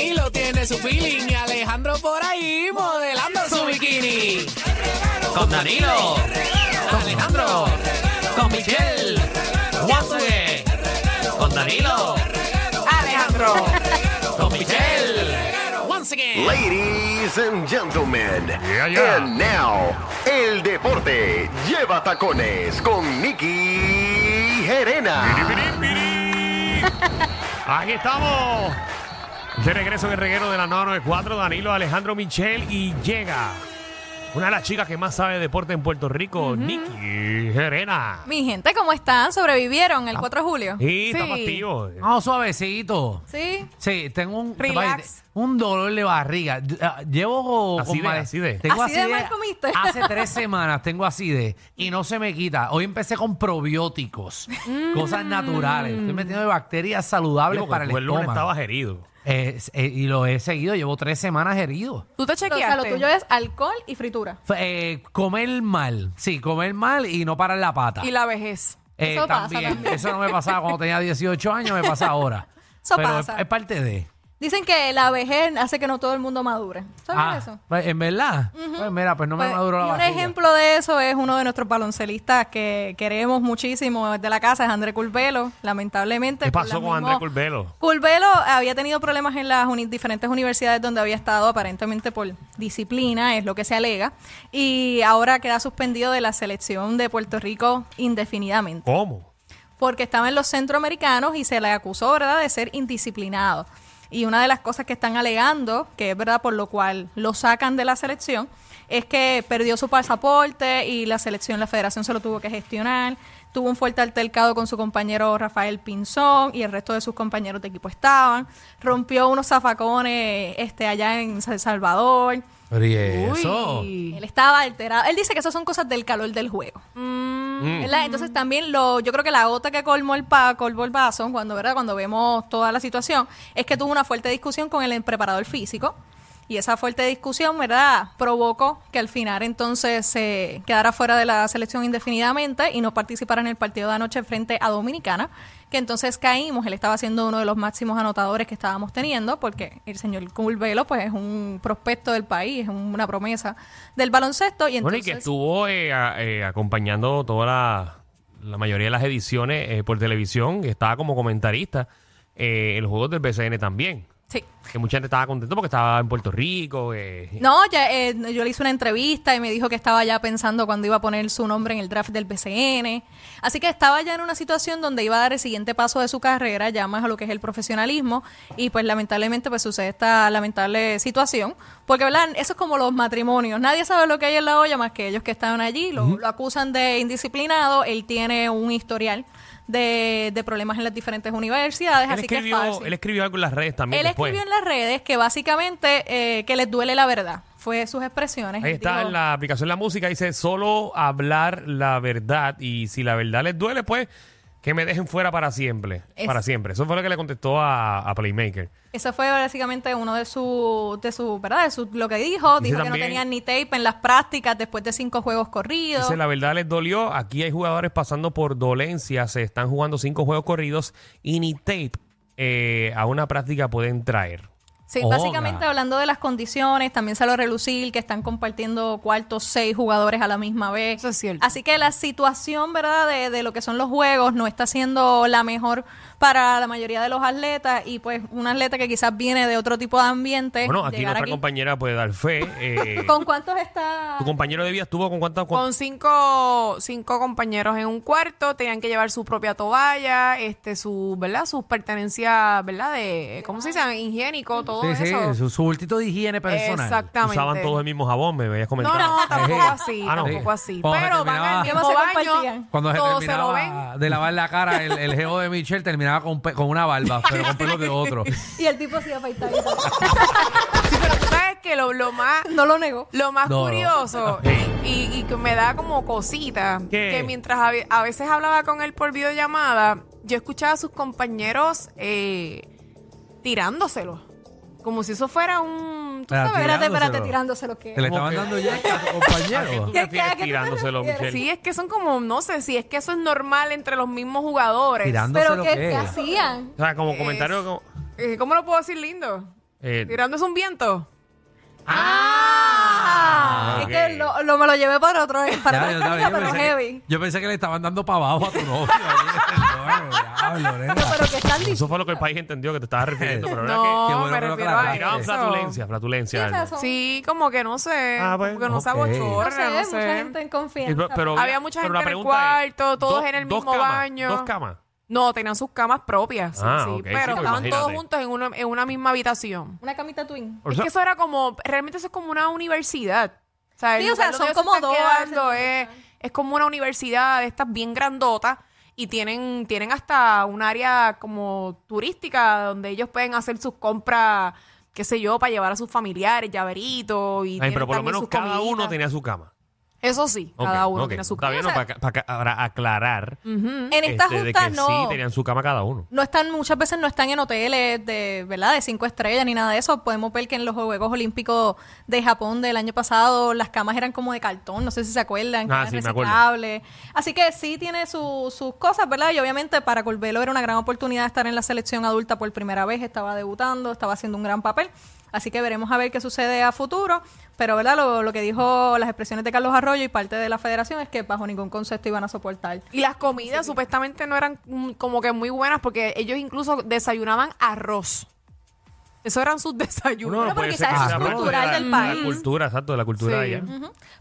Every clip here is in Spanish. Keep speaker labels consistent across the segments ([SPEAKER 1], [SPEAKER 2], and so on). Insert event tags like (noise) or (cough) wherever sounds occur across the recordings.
[SPEAKER 1] de su feeling. Alejandro por ahí modelando su bikini. Con Danilo, con Alejandro, con Michelle, Watson, con Danilo, Alejandro, con Michelle. Once again.
[SPEAKER 2] Ladies and gentlemen,
[SPEAKER 3] Yeah, yeah.
[SPEAKER 2] and now, el deporte lleva tacones con Nicky Gerena.
[SPEAKER 3] Aquí estamos. De regreso en el reguero de la 994, Danilo Alejandro Michel y llega una de las chicas que más sabe de deporte en Puerto Rico, Nikki Gerena.
[SPEAKER 4] Mi gente, ¿cómo están? ¿Sobrevivieron el 4 de julio?
[SPEAKER 3] Y está
[SPEAKER 4] Sí.
[SPEAKER 3] activo.
[SPEAKER 5] No, suavecito.
[SPEAKER 4] Sí.
[SPEAKER 5] Sí, tengo un,
[SPEAKER 4] Relax.
[SPEAKER 5] un dolor de barriga. Ah, Llevo
[SPEAKER 3] Así de,
[SPEAKER 5] male-
[SPEAKER 3] así de.
[SPEAKER 5] Tengo
[SPEAKER 4] Así de
[SPEAKER 5] acidez.
[SPEAKER 4] mal comiste.
[SPEAKER 5] Hace tres semanas tengo así de y no se me quita. Hoy empecé con probióticos,
[SPEAKER 4] Mm.
[SPEAKER 5] cosas naturales. Estoy metiendo bacterias saludables
[SPEAKER 3] Digo,
[SPEAKER 5] para el
[SPEAKER 3] tú lunes
[SPEAKER 5] estómago.
[SPEAKER 3] estabas herido.
[SPEAKER 5] Eh, eh, y lo he seguido. Llevo tres semanas herido.
[SPEAKER 6] ¿Tú te
[SPEAKER 4] O
[SPEAKER 6] chequeaste?
[SPEAKER 4] sea, lo tuyo es alcohol y fritura.
[SPEAKER 5] F- eh, comer mal, sí, comer mal y no parar la pata.
[SPEAKER 6] Y la vejez.
[SPEAKER 5] Eh,
[SPEAKER 4] Eso pasa también.
[SPEAKER 5] Eso no me pasaba cuando tenía 18 años, me pasa ahora.
[SPEAKER 4] Eso
[SPEAKER 5] Pero
[SPEAKER 4] pasa.
[SPEAKER 5] Es, es parte de.
[SPEAKER 4] Dicen que la vejez hace que no todo el mundo madure. ¿Sabes
[SPEAKER 5] Ah,
[SPEAKER 4] eso?
[SPEAKER 5] pues, ¿En verdad? Pues mira, pues no
[SPEAKER 4] Pues,
[SPEAKER 5] me maduró
[SPEAKER 4] y
[SPEAKER 5] la
[SPEAKER 4] un
[SPEAKER 5] barriga.
[SPEAKER 4] ejemplo de eso es uno de nuestros baloncelistas que queremos muchísimo desde la casa, es André Curvelo. Lamentablemente. pues,
[SPEAKER 3] ¿Qué
[SPEAKER 4] por
[SPEAKER 3] pasó
[SPEAKER 4] las
[SPEAKER 3] con André
[SPEAKER 4] mismas-
[SPEAKER 3] Curvelo?
[SPEAKER 4] Curvelo había tenido problemas en las uni- diferentes universidades donde había estado, aparentemente por disciplina, es lo que se alega. Y ahora queda suspendido de la selección de Puerto Rico indefinidamente
[SPEAKER 3] ¿Cómo?
[SPEAKER 4] porque estaba en los centroamericanos y se le acusó, ¿verdad?, de ser indisciplinado. Y una de las cosas que están alegando, que es verdad por lo cual lo sacan de la selección, es que perdió su pasaporte y la selección, la federación se lo tuvo que gestionar. Tuvo un fuerte altercado con su compañero Rafael Pinzón y el resto de sus compañeros de equipo estaban. Rompió unos zafacones este, allá en El Salvador.
[SPEAKER 5] Pero ¿y eso?
[SPEAKER 4] Él estaba alterado. Él dice que esas son cosas del calor del juego.
[SPEAKER 3] Mm.
[SPEAKER 4] ¿verdad? Entonces también lo, yo creo que la gota que colmó el, pa, colmó el vaso, cuando, ¿verdad? cuando vemos toda la situación, es que tuvo una fuerte discusión con el preparador físico. Y esa fuerte discusión, ¿verdad?, provocó que al final entonces se quedara fuera de la selección indefinidamente y no participara en el partido de anoche frente a Dominicana, que entonces caímos. Él estaba siendo uno de los máximos anotadores que estábamos teniendo, porque el señor Culvelo, pues, es un prospecto del país, es una promesa del baloncesto. Y
[SPEAKER 3] bueno,
[SPEAKER 4] entonces,
[SPEAKER 3] y que estuvo eh, a- eh, acompañando toda la, la mayoría de las ediciones eh, por televisión. y Estaba como comentarista eh, en los juegos del BCN también.
[SPEAKER 4] Sí.
[SPEAKER 3] Que mucha gente estaba contenta porque estaba en Puerto Rico. eh,
[SPEAKER 4] No, ya, eh, yo le hice una entrevista y me dijo que estaba ya pensando cuando iba a poner su nombre en el draft del BCN. Así que estaba ya en una situación donde iba a dar el siguiente paso de su carrera, ya más a lo que es el profesionalismo. Y pues lamentablemente pues sucede esta lamentable situación. Porque, ¿verdad? Eso es como los matrimonios. Nadie sabe lo que hay en la olla más que ellos que están allí. Lo, lo acusan de indisciplinado. Él tiene un historial de, de problemas en las diferentes universidades.
[SPEAKER 3] Él
[SPEAKER 4] así
[SPEAKER 3] escribió,
[SPEAKER 4] que es fácil.
[SPEAKER 3] él escribió algo en las redes también.
[SPEAKER 4] Él
[SPEAKER 3] después.
[SPEAKER 4] escribió en las redes que básicamente eh, que les duele la verdad. Fue sus expresiones.
[SPEAKER 3] Ahí
[SPEAKER 4] Él
[SPEAKER 3] está
[SPEAKER 4] dijo,
[SPEAKER 3] en la aplicación La Música, dice solo hablar la verdad y si la verdad les duele, pues que me dejen fuera para siempre.
[SPEAKER 4] Es-
[SPEAKER 3] Para siempre. Eso fue lo que le contestó a, a Playmaker.
[SPEAKER 4] Eso fue básicamente uno de sus, de su, ¿verdad? De su, lo que dijo.
[SPEAKER 3] Dice
[SPEAKER 4] Dijo que no
[SPEAKER 3] también-
[SPEAKER 4] tenían ni tape en las prácticas después de cinco juegos corridos.
[SPEAKER 3] Dice, la verdad les dolió, aquí hay jugadores pasando por dolencias, se están jugando cinco juegos corridos y ni tape eh, a una práctica pueden traer.
[SPEAKER 4] Sí,
[SPEAKER 3] Oh,
[SPEAKER 5] Oga.
[SPEAKER 4] básicamente hablando de las condiciones, también salió a relucir que están compartiendo cuartos seis jugadores a la misma vez.
[SPEAKER 6] Eso es cierto.
[SPEAKER 4] Así que la situación, ¿verdad?, de, de lo que son los juegos no está siendo la mejor para la mayoría de los atletas y pues un atleta que quizás viene de otro tipo de ambiente.
[SPEAKER 3] Bueno, aquí
[SPEAKER 4] Pues, llegar
[SPEAKER 3] nuestra compañera puede dar fe. eh,
[SPEAKER 4] (laughs) ¿Con cuántos está?
[SPEAKER 3] ¿Tu compañero de vida estuvo con cuántas? con-
[SPEAKER 6] Con cinco, cinco compañeros en un cuarto, tenían que llevar su propia toalla, este, su, ¿verdad? Sus pertenencias, ¿verdad? De, ¿cómo se dice? Higiénico, todo
[SPEAKER 5] Sí, sí,
[SPEAKER 6] eso.
[SPEAKER 5] su, su bultito de higiene personal.
[SPEAKER 6] Exactamente.
[SPEAKER 3] Usaban todos el mismo jabón, me habías
[SPEAKER 6] no,
[SPEAKER 3] comentado.
[SPEAKER 6] no, tampoco
[SPEAKER 5] Sí.
[SPEAKER 6] así,
[SPEAKER 3] Ah, no.
[SPEAKER 6] tampoco así.
[SPEAKER 5] Cuando se
[SPEAKER 6] Pero van
[SPEAKER 5] terminaba-
[SPEAKER 6] al mismo
[SPEAKER 4] ¿Qué más se
[SPEAKER 6] baño,
[SPEAKER 4] compartían?
[SPEAKER 5] Cuando se
[SPEAKER 6] todos se lo ven.
[SPEAKER 5] terminaba de lavar la cara, el, el jevo de Michelle terminaba con, pe- con una barba, pero con pelos de otro.
[SPEAKER 4] Y el tipo sigue afeitado.
[SPEAKER 6] Sí, pero tú sabes que lo, lo más...
[SPEAKER 4] (laughs) no lo negó.
[SPEAKER 6] Lo más
[SPEAKER 5] No, no.
[SPEAKER 6] curioso y, y- y que me da como cosita,
[SPEAKER 3] ¿Qué?
[SPEAKER 6] que mientras a, ve- a veces hablaba con él por videollamada, yo escuchaba a sus compañeros eh, tirándoselo, como si eso fuera un... tú
[SPEAKER 5] Ah,
[SPEAKER 6] sabes,
[SPEAKER 4] Espérate, espérate,
[SPEAKER 5] Tirándoselo.
[SPEAKER 4] tirándoselo que.
[SPEAKER 5] Te le estaban
[SPEAKER 3] que-
[SPEAKER 5] dando ya a tu
[SPEAKER 3] ¿A qué tú
[SPEAKER 5] (laughs) compañero.
[SPEAKER 3] te
[SPEAKER 4] ¿Qué- qué- a
[SPEAKER 3] refieres
[SPEAKER 4] qué tú te
[SPEAKER 3] tirándoselo,
[SPEAKER 4] refieres?
[SPEAKER 3] Michelle?
[SPEAKER 6] Sí, es que son como, no sé, si es que eso es normal entre los mismos jugadores.
[SPEAKER 5] Tirándose
[SPEAKER 4] Pero
[SPEAKER 5] lo
[SPEAKER 4] que,
[SPEAKER 5] que
[SPEAKER 4] que
[SPEAKER 5] es.
[SPEAKER 4] hacían.
[SPEAKER 3] O sea, como
[SPEAKER 6] Es-
[SPEAKER 3] comentario como,
[SPEAKER 6] Eh, ¿Cómo lo puedo decir lindo?
[SPEAKER 3] Eh,
[SPEAKER 6] Tirándose un viento.
[SPEAKER 4] Ah,
[SPEAKER 3] ok.
[SPEAKER 4] es que lo, lo- me lo llevé para otro para
[SPEAKER 5] Ya,
[SPEAKER 4] otra esquina,
[SPEAKER 5] yo, también, yo
[SPEAKER 4] pero
[SPEAKER 5] pensé que-
[SPEAKER 4] heavy.
[SPEAKER 5] yo pensé que le estaban dando para abajo a tu novio. (laughs) Ay, diablo, nena.
[SPEAKER 4] Pero que están
[SPEAKER 3] eso fue lo que el país entendió que te estabas refiriendo, pero era
[SPEAKER 6] No,
[SPEAKER 5] Qué bueno
[SPEAKER 6] me
[SPEAKER 5] que lo
[SPEAKER 6] refiero
[SPEAKER 5] aclaraste.
[SPEAKER 3] que
[SPEAKER 6] a
[SPEAKER 3] tiraban
[SPEAKER 6] eso.
[SPEAKER 3] flatulencia, flatulencia. algo.
[SPEAKER 4] difíciles.
[SPEAKER 6] Sí, como que no sé.
[SPEAKER 3] Ah, bueno,
[SPEAKER 6] como que no se
[SPEAKER 5] ok.
[SPEAKER 4] No sé,
[SPEAKER 6] abochorna, no
[SPEAKER 4] mucha
[SPEAKER 6] sé.
[SPEAKER 4] gente en
[SPEAKER 3] Y
[SPEAKER 4] confianza.
[SPEAKER 3] pero- pero-
[SPEAKER 6] Había mucha
[SPEAKER 3] pero
[SPEAKER 6] gente
[SPEAKER 3] la
[SPEAKER 6] en el
[SPEAKER 3] pregunta es,
[SPEAKER 6] cuarto, todos
[SPEAKER 3] dos-
[SPEAKER 6] en el
[SPEAKER 3] dos
[SPEAKER 6] mismo
[SPEAKER 3] camas,
[SPEAKER 6] baño.
[SPEAKER 3] Dos camas.
[SPEAKER 6] No, tenían sus camas propias. sí,
[SPEAKER 3] Ah,
[SPEAKER 6] sí,
[SPEAKER 3] ok, sí,
[SPEAKER 6] pero
[SPEAKER 3] pues
[SPEAKER 6] estaban todos
[SPEAKER 3] imagínate.
[SPEAKER 6] juntos en una, en una misma habitación.
[SPEAKER 4] Una camita twin.
[SPEAKER 3] O
[SPEAKER 6] es
[SPEAKER 3] sea- eh,
[SPEAKER 6] que eso era como, realmente eso es como una universidad. O sea, el
[SPEAKER 4] Sí, o sea,
[SPEAKER 6] lugar
[SPEAKER 4] son
[SPEAKER 6] donde ellos se
[SPEAKER 4] como
[SPEAKER 6] están
[SPEAKER 4] dos,
[SPEAKER 6] quedando
[SPEAKER 4] ese
[SPEAKER 6] es, es como una universidad, de estas bien grandotas, y tienen, tienen hasta un área como turística donde ellos pueden hacer sus compras, qué sé yo, para llevar a sus familiares, llaveritos, y
[SPEAKER 3] Ay,
[SPEAKER 6] tienen
[SPEAKER 3] pero por lo
[SPEAKER 6] también
[SPEAKER 3] menos
[SPEAKER 6] sus
[SPEAKER 3] cada uno
[SPEAKER 6] comiditas.
[SPEAKER 3] tenía su cama.
[SPEAKER 6] Eso sí,
[SPEAKER 3] Ok,
[SPEAKER 6] cada uno
[SPEAKER 3] ok.
[SPEAKER 6] tiene su Mm.
[SPEAKER 3] Está bien,
[SPEAKER 6] casa.
[SPEAKER 3] ¿no? para, para- para aclarar
[SPEAKER 4] En esta
[SPEAKER 3] este, de
[SPEAKER 4] junta
[SPEAKER 3] que
[SPEAKER 4] no.
[SPEAKER 3] sí tenían su cama cada uno.
[SPEAKER 4] no están muchas veces no están en hoteles de verdad de cinco estrellas ni nada de eso podemos ver que en los Juegos Olímpicos de Japón del año pasado las camas eran como de cartón no sé si se acuerdan
[SPEAKER 3] Ah,
[SPEAKER 4] camas
[SPEAKER 3] sí, me acuerdo.
[SPEAKER 4] reciclables. así que sí tiene su- sus cosas verdad y obviamente para Corbelo era una gran oportunidad de estar en la selección adulta por primera vez estaba debutando estaba haciendo un gran papel Así que veremos a ver qué sucede a futuro, pero verdad lo, lo que dijo las expresiones de Carlos Arroyo y parte de la federación es que bajo ningún concepto iban a soportar
[SPEAKER 6] Y las comidas supuestamente no eran mm, como que muy buenas porque ellos incluso desayunaban arroz. Eso eran sus (laughs) desayunos.
[SPEAKER 4] no, pero
[SPEAKER 3] puede ser
[SPEAKER 4] quizás
[SPEAKER 3] que
[SPEAKER 4] eso es
[SPEAKER 3] sea parte de
[SPEAKER 4] cultural
[SPEAKER 3] la-
[SPEAKER 4] del
[SPEAKER 3] de
[SPEAKER 4] país.
[SPEAKER 3] La cultura, exacto, de la cultura
[SPEAKER 6] Sí.
[SPEAKER 3] de allá.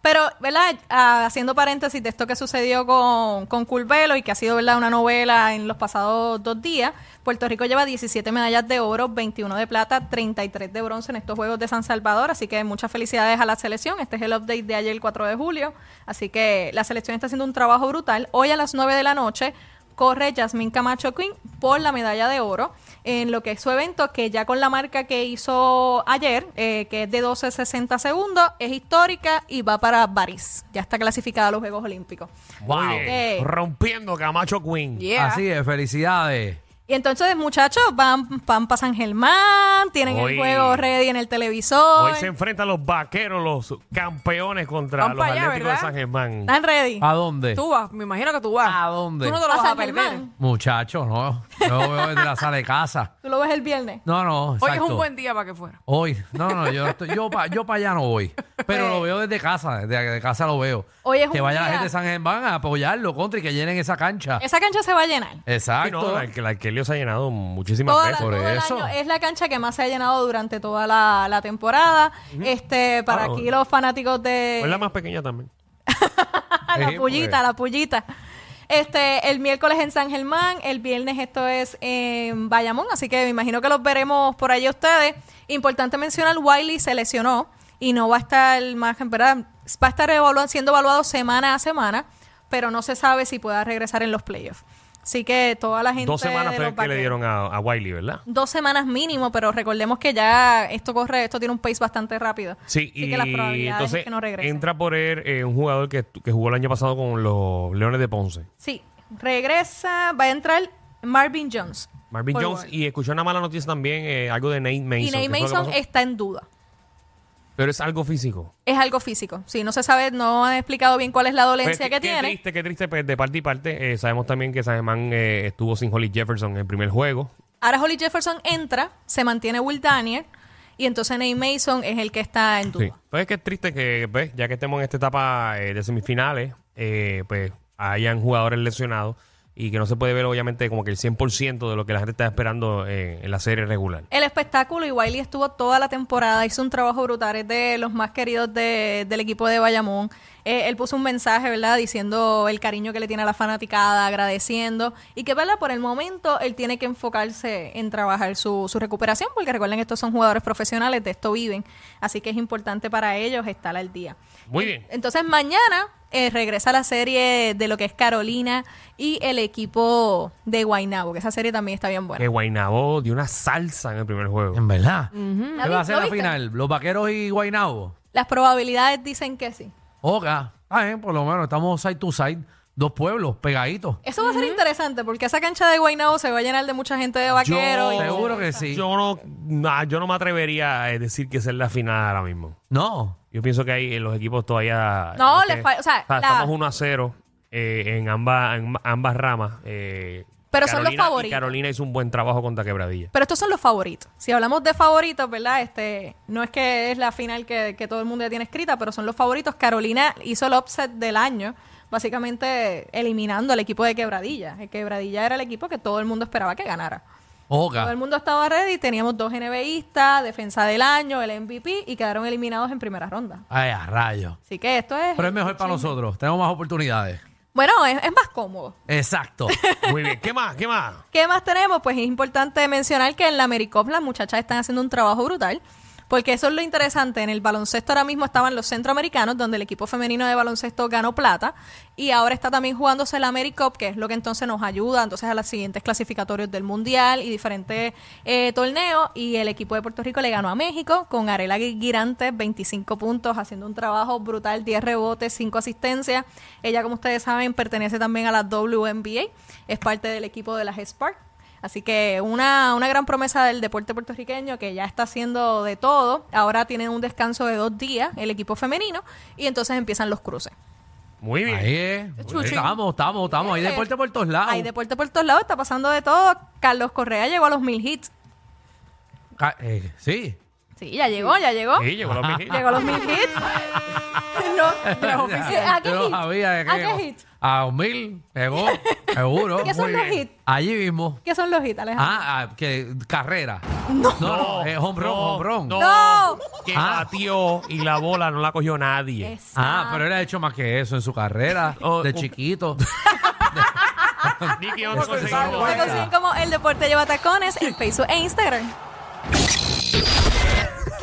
[SPEAKER 4] Pero, ¿verdad? Ah, haciendo paréntesis de esto que sucedió con, con Curvelo y que ha sido, ¿verdad? Una novela en los pasados dos días. Puerto Rico lleva 17 medallas de oro, 21 de plata, 33 de bronce en estos Juegos de San Salvador. Así que muchas felicidades a la selección. Este es el update de ayer, el 4 de julio. Así que la selección está haciendo un trabajo brutal. Hoy a las 9 de la noche corre Yasmín Camacho Quinn por la medalla de oro en lo que es su evento, que ya con la marca que hizo ayer, eh, que es de 12.60 segundos, es histórica y va para París. Ya está clasificada a los Juegos Olímpicos.
[SPEAKER 5] Wow.
[SPEAKER 3] Muy bien.
[SPEAKER 4] Eh.
[SPEAKER 3] Rompiendo Camacho Queen.
[SPEAKER 6] Yeah.
[SPEAKER 5] Así es, felicidades.
[SPEAKER 4] Y entonces, muchachos, van, van para San Germán, tienen
[SPEAKER 3] Hoy-
[SPEAKER 4] el juego ready en el televisor.
[SPEAKER 3] Hoy se enfrentan los vaqueros, los campeones contra
[SPEAKER 6] Van
[SPEAKER 3] los
[SPEAKER 6] pa' allá,
[SPEAKER 3] Atléticos de
[SPEAKER 6] ¿verdad?
[SPEAKER 3] San Germán.
[SPEAKER 4] ¿Están ready?
[SPEAKER 3] Ah.
[SPEAKER 5] ¿A dónde?
[SPEAKER 6] Tú vas, me imagino que tú vas.
[SPEAKER 5] ¿A dónde?
[SPEAKER 6] Tú no te lo
[SPEAKER 4] ¿A
[SPEAKER 6] vas a
[SPEAKER 4] San
[SPEAKER 6] perder.
[SPEAKER 4] Germán?
[SPEAKER 5] Muchacho, no. Yo veo desde la sala de casa.
[SPEAKER 4] ¿Tú lo ves el viernes?
[SPEAKER 5] No, no.
[SPEAKER 6] Hoy es
[SPEAKER 5] exacto.
[SPEAKER 6] un buen día para que fuera.
[SPEAKER 5] Hoy. No, no, yo, estoy- yo para yo pa allá no voy. Pero lo veo desde casa. Desde de casa lo veo.
[SPEAKER 4] Pues. Hoy es
[SPEAKER 5] que
[SPEAKER 4] un
[SPEAKER 5] vaya la
[SPEAKER 4] día.
[SPEAKER 5] gente de San Germán a apoyarlo contra y que llenen esa cancha.
[SPEAKER 4] Esa cancha se va a llenar.
[SPEAKER 3] Sí, Ah, no,
[SPEAKER 5] Exacto.
[SPEAKER 3] la, la Arkelio se ha llenado muchísimas
[SPEAKER 4] Toda la-
[SPEAKER 3] veces.
[SPEAKER 5] por
[SPEAKER 4] todo el
[SPEAKER 5] eso.
[SPEAKER 4] año. Es la cancha que más se ha llenado durante toda la, la temporada. Este, para
[SPEAKER 3] Ah,
[SPEAKER 4] aquí
[SPEAKER 3] bueno.
[SPEAKER 4] los fanáticos de.
[SPEAKER 3] Es la eh, pues. más pequeña también.
[SPEAKER 4] Ah, (laughs) la
[SPEAKER 5] Sí,
[SPEAKER 4] pullita,
[SPEAKER 5] porque-
[SPEAKER 4] la pullita. Este, el miércoles en San Germán, el viernes esto es en Bayamón, así que me imagino que los veremos por allí ustedes. Importante mencionar, Wiley se lesionó y no va a estar más, en verdad, va a estar evaluando, siendo evaluado semana a semana, pero no se sabe si pueda regresar en los playoffs. Así que toda la gente
[SPEAKER 3] Dos semanas
[SPEAKER 4] de
[SPEAKER 3] fue
[SPEAKER 4] los
[SPEAKER 3] el que le
[SPEAKER 4] vaqueros-
[SPEAKER 3] dieron a, a Wiley, ¿verdad?
[SPEAKER 4] dos semanas mínimo, pero recordemos que ya esto corre, esto tiene un pace bastante rápido.
[SPEAKER 3] Sí,
[SPEAKER 4] Así
[SPEAKER 3] y
[SPEAKER 4] que las probabilidades
[SPEAKER 3] entonces
[SPEAKER 4] es que no regrese.
[SPEAKER 3] entra por él eh, un jugador que, estu- que jugó el año pasado con los Leones de Ponce.
[SPEAKER 4] Sí, regresa, va a entrar Marvin Jones.
[SPEAKER 3] Marvin
[SPEAKER 4] Por
[SPEAKER 3] Jones.
[SPEAKER 4] Warriors.
[SPEAKER 3] Y escuché una mala noticia también, eh, algo de Nate Mason.
[SPEAKER 4] Y Nate
[SPEAKER 3] que fue lo que
[SPEAKER 4] Mason
[SPEAKER 3] pasó.
[SPEAKER 4] está en duda.
[SPEAKER 3] Pero es algo físico.
[SPEAKER 4] Es algo físico. Sí, no se sabe, no han explicado bien cuál es la
[SPEAKER 3] Pues,
[SPEAKER 4] dolencia
[SPEAKER 3] qué,
[SPEAKER 4] que
[SPEAKER 3] qué
[SPEAKER 4] tiene.
[SPEAKER 3] triste, qué triste pues, de parte y parte. Eh, sabemos también que San Germán eh, estuvo sin Holly Jefferson en el primer juego.
[SPEAKER 4] Ahora Holly Jefferson entra, se mantiene Will Daniel y entonces Nate Mason es el que está en duda.
[SPEAKER 3] Sí. Pues es que es triste que, pues, ya que estemos en esta etapa eh, de semifinales, eh, pues hayan jugadores lesionados y que no se puede ver, obviamente, como que el 100% de lo que la gente está esperando eh, en la serie regular.
[SPEAKER 4] El espectáculo y Wiley estuvo toda la temporada, hizo un trabajo brutal, es de los más queridos de- del equipo de Bayamón. Eh, él puso un mensaje, ¿verdad? Diciendo el cariño que le tiene a la fanaticada, agradeciendo y que, ¿verdad? Por el momento él tiene que enfocarse en trabajar su, su recuperación, porque recuerden, estos son jugadores profesionales, de esto viven, así que es importante para ellos estar al día.
[SPEAKER 3] Muy bien.
[SPEAKER 4] Entonces mañana eh, regresa la serie de lo que es Carolina y el equipo de Guaynabo, que esa serie también está bien buena.
[SPEAKER 3] Que Guaynabo dio una salsa en el primer juego.
[SPEAKER 5] En verdad.
[SPEAKER 4] ¿La
[SPEAKER 5] ¿Qué va a
[SPEAKER 4] vi-
[SPEAKER 5] ser
[SPEAKER 4] lo
[SPEAKER 5] la
[SPEAKER 4] viste?
[SPEAKER 5] final? ¿Los vaqueros y Guainabo?
[SPEAKER 4] Las probabilidades dicen que sí.
[SPEAKER 5] Oca. Ah, eh, por lo menos estamos side to side. Dos pueblos pegaditos.
[SPEAKER 4] Eso va a ser interesante porque esa cancha de Guaynabo se va a llenar de mucha gente de vaquero. y-
[SPEAKER 5] Seguro que sí.
[SPEAKER 3] Yo no, nah, yo no me atrevería a decir que esa es la final ahora mismo.
[SPEAKER 5] No.
[SPEAKER 3] Yo pienso que ahí eh, los equipos todavía.
[SPEAKER 4] No,
[SPEAKER 3] creo
[SPEAKER 4] le
[SPEAKER 3] que-
[SPEAKER 4] fal- o sea, la-
[SPEAKER 3] Estamos 1 a 0 eh, en, ambas, en ambas ramas. eh,
[SPEAKER 4] Pero son los
[SPEAKER 3] Carolina- y
[SPEAKER 4] favoritos.
[SPEAKER 3] Carolina hizo un buen trabajo contra Quebradilla.
[SPEAKER 4] Pero estos son los favoritos. Si hablamos de favoritos, ¿verdad? Este, no es que es la final que, que todo el mundo ya tiene escrita, pero son los favoritos. Carolina hizo el upset del año, básicamente eliminando al equipo de Quebradilla. El Quebradilla era el equipo que todo el mundo esperaba que ganara.
[SPEAKER 5] Oca.
[SPEAKER 4] Todo el mundo estaba ready, teníamos dos NBistas, defensa del año, el MVP, y quedaron eliminados en primera ronda.
[SPEAKER 5] Ay, a rayo.
[SPEAKER 4] Así que esto es...
[SPEAKER 5] Pero es mejor para nosotros. Tenemos más oportunidades.
[SPEAKER 4] Bueno, es- es más cómodo.
[SPEAKER 5] Exacto.
[SPEAKER 3] (laughs) Muy bien. ¿Qué más? ¿Qué más?
[SPEAKER 4] ¿Qué más tenemos? Pues es importante mencionar que en la Americop las muchachas están haciendo un trabajo brutal. Porque eso es lo interesante. En el baloncesto ahora mismo estaban los centroamericanos, donde el equipo femenino de baloncesto ganó plata. Y ahora está también jugándose la AmeriCup, que es lo que entonces nos ayuda entonces a los siguientes clasificatorios del Mundial y diferentes eh, torneos. Y el equipo de Puerto Rico le ganó a México con Arela Girantes, 25 puntos, haciendo un trabajo brutal, 10 rebotes, 5 asistencias. Ella, como ustedes saben, pertenece también a la WNBA. Es parte del equipo de las Spark. Así que una, una gran promesa del deporte puertorriqueño que ya está haciendo de todo. Ahora tienen un descanso de dos días el equipo femenino y entonces empiezan los cruces.
[SPEAKER 3] Muy bien.
[SPEAKER 5] Ahí es.
[SPEAKER 4] Chuchi.
[SPEAKER 5] Estamos, estamos, estamos. Hay deporte por todos lados.
[SPEAKER 4] Hay deporte por todos lados, está pasando de todo. Carlos Correa llegó a los mil hits.
[SPEAKER 5] Ca- eh, sí.
[SPEAKER 4] Sí, ya llegó, ya llegó.
[SPEAKER 3] Sí, llegó la
[SPEAKER 4] Llegó a los mil hits. (laughs) no,
[SPEAKER 5] (laughs)
[SPEAKER 4] de los oficiales. ¿A qué
[SPEAKER 5] Yo no
[SPEAKER 4] hits?
[SPEAKER 5] sabía de
[SPEAKER 4] ¿A qué hits?
[SPEAKER 5] A un mil.
[SPEAKER 4] (laughs)
[SPEAKER 5] Pegó. Seguro.
[SPEAKER 4] ¿Qué son
[SPEAKER 5] Muy
[SPEAKER 4] los
[SPEAKER 5] bien.
[SPEAKER 4] hits?
[SPEAKER 5] Allí mismo.
[SPEAKER 4] ¿Qué son los hits, Alejandro?
[SPEAKER 5] Ah, ah, que carrera. No. No, es Eh, home run, home run.
[SPEAKER 4] No.
[SPEAKER 3] Que
[SPEAKER 5] Ah.
[SPEAKER 3] batió y la bola no la cogió nadie.
[SPEAKER 5] Ah, pero él ha hecho más que eso en su carrera,
[SPEAKER 3] Oh,
[SPEAKER 5] de
[SPEAKER 3] un-
[SPEAKER 5] chiquito.
[SPEAKER 3] Nicky, ¿dónde conseguimos?
[SPEAKER 4] Se consiguen como El Deporte Lleva Tacones en Facebook e Instagram.